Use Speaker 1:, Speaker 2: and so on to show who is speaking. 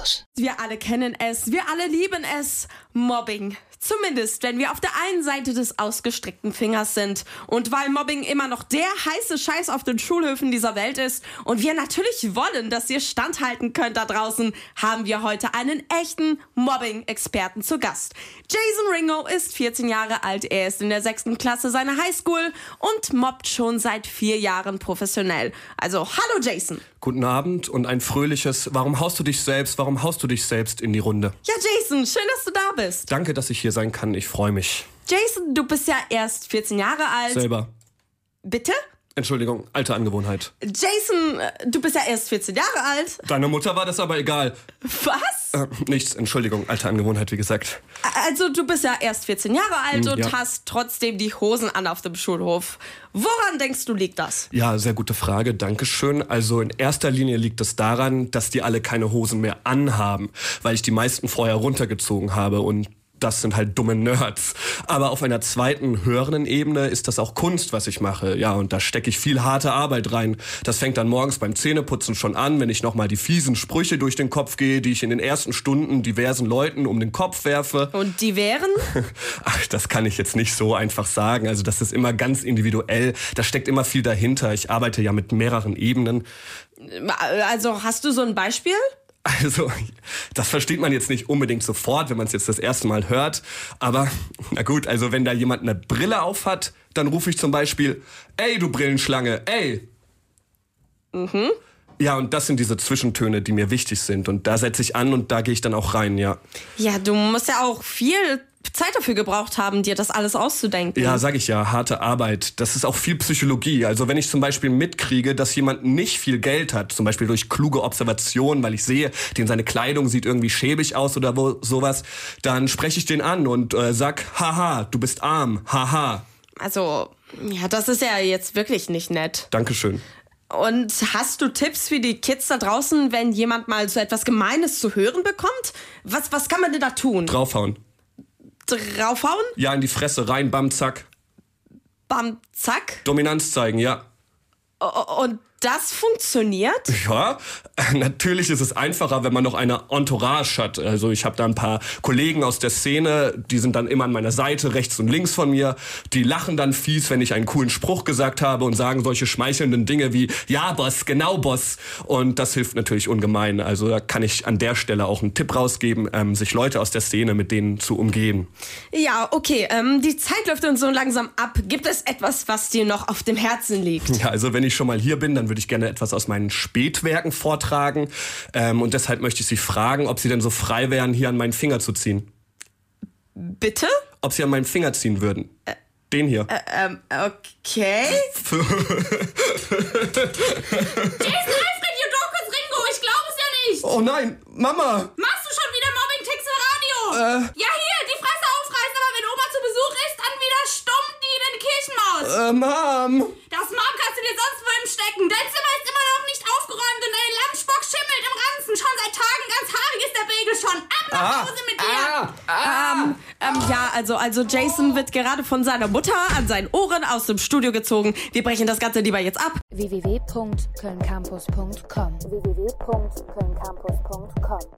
Speaker 1: aus.
Speaker 2: Wir alle kennen es, wir alle lieben es. Mobbing. Zumindest, wenn wir auf der einen Seite des ausgestreckten Fingers sind. Und weil Mobbing immer noch der heiße Scheiß auf den Schulhöfen dieser Welt ist und wir natürlich wollen, dass ihr standhalten könnt da draußen, haben wir heute einen echten Mobbing-Experten zu Gast. Jason Ringo ist 14 Jahre alt, er ist in der sechsten Klasse seiner Highschool und mobbt schon seit vier Jahren professionell. Also, hallo Jason.
Speaker 3: Guten Abend und ein fröhliches Warum haust du dich selbst? Warum haust du dich selbst in die Runde?
Speaker 2: Ja, Jason, schön, dass du da bist.
Speaker 3: Danke, dass ich hier sein kann. Ich freue mich.
Speaker 2: Jason, du bist ja erst 14 Jahre alt.
Speaker 3: Selber.
Speaker 2: Bitte?
Speaker 3: Entschuldigung, alte Angewohnheit.
Speaker 2: Jason, äh, du bist ja erst 14 Jahre alt.
Speaker 3: Deiner Mutter war das aber egal.
Speaker 2: Was?
Speaker 3: Äh, nichts, Entschuldigung, alte Angewohnheit, wie gesagt.
Speaker 2: Also, du bist ja erst 14 Jahre alt und
Speaker 3: Hm, ja.
Speaker 2: hast trotzdem die Hosen an auf dem Schulhof. Woran denkst du, liegt das?
Speaker 3: Ja, sehr gute Frage, Dankeschön. Also in erster Linie liegt es daran, dass die alle keine Hosen mehr anhaben, weil ich die meisten vorher runtergezogen habe und das sind halt dumme Nerds. Aber auf einer zweiten, höheren Ebene ist das auch Kunst, was ich mache. Ja, und da stecke ich viel harte Arbeit rein. Das fängt dann morgens beim Zähneputzen schon an, wenn ich nochmal die fiesen Sprüche durch den Kopf gehe, die ich in den ersten Stunden diversen Leuten um den Kopf werfe.
Speaker 2: Und die wären?
Speaker 3: Ach, das kann ich jetzt nicht so einfach sagen. Also das ist immer ganz individuell. Da steckt immer viel dahinter. Ich arbeite ja mit mehreren Ebenen.
Speaker 2: Also, hast du so ein Beispiel?
Speaker 3: Also, das versteht man jetzt nicht unbedingt sofort, wenn man es jetzt das erste Mal hört. Aber, na gut, also wenn da jemand eine Brille auf hat, dann rufe ich zum Beispiel, ey, du Brillenschlange, ey. Mhm. Ja, und das sind diese Zwischentöne, die mir wichtig sind. Und da setze ich an und da gehe ich dann auch rein, ja.
Speaker 2: Ja, du musst ja auch viel Zeit dafür gebraucht haben, dir das alles auszudenken.
Speaker 3: Ja, sag ich ja, harte Arbeit. Das ist auch viel Psychologie. Also wenn ich zum Beispiel mitkriege, dass jemand nicht viel Geld hat, zum Beispiel durch kluge Observationen, weil ich sehe, den seine Kleidung sieht irgendwie schäbig aus oder wo, sowas, dann spreche ich den an und äh, sag, haha, du bist arm, haha.
Speaker 2: Also, ja, das ist ja jetzt wirklich nicht nett.
Speaker 3: Dankeschön.
Speaker 2: Und hast du Tipps für die Kids da draußen, wenn jemand mal so etwas Gemeines zu hören bekommt? Was, was kann man denn da tun?
Speaker 3: Draufhauen.
Speaker 2: Draufhauen?
Speaker 3: Ja, in die Fresse, rein, bam, zack.
Speaker 2: Bam, zack.
Speaker 3: Dominanz zeigen, ja.
Speaker 2: O- Und das funktioniert?
Speaker 3: Ja, natürlich ist es einfacher, wenn man noch eine Entourage hat. Also ich habe da ein paar Kollegen aus der Szene, die sind dann immer an meiner Seite, rechts und links von mir. Die lachen dann fies, wenn ich einen coolen Spruch gesagt habe und sagen solche schmeichelnden Dinge wie Ja, Boss, genau, Boss. Und das hilft natürlich ungemein. Also da kann ich an der Stelle auch einen Tipp rausgeben, ähm, sich Leute aus der Szene mit denen zu umgehen.
Speaker 2: Ja, okay. Ähm, die Zeit läuft uns so langsam ab. Gibt es etwas, was dir noch auf dem Herzen liegt?
Speaker 3: Ja, also wenn ich schon mal hier bin, dann würde ich gerne etwas aus meinen Spätwerken vortragen. Ähm, und deshalb möchte ich Sie fragen, ob Sie denn so frei wären, hier an meinen Finger zu ziehen.
Speaker 2: Bitte?
Speaker 3: Ob Sie an meinen Finger ziehen würden. Den hier.
Speaker 2: Ähm, okay.
Speaker 4: Jason Alfred Jodokus Ringo, ich glaube es ja nicht.
Speaker 3: oh nein, Mama!
Speaker 4: Machst du schon wieder Mobbing-Texte im Radio? Ja, hier, die Fresse aufreißen, aber wenn Oma zu Besuch ist, dann wieder stumpf die in den Kirchenmaus.
Speaker 3: Äh, Mom!
Speaker 4: Das Maul kannst du dir sonst wo stecken. Dein Zimmer ist immer noch nicht aufgeräumt und dein Lammspock schimmelt im Ranzen. Schon seit Tagen ganz haarig ist der Begel schon. Ab nach
Speaker 3: Ah.
Speaker 4: Hause mit dir.
Speaker 2: Ähm, ähm, ja, also, also Jason wird gerade von seiner Mutter an seinen Ohren aus dem Studio gezogen. Wir brechen das Ganze lieber jetzt ab.
Speaker 5: www.kölncampus.com www.kölncampus.com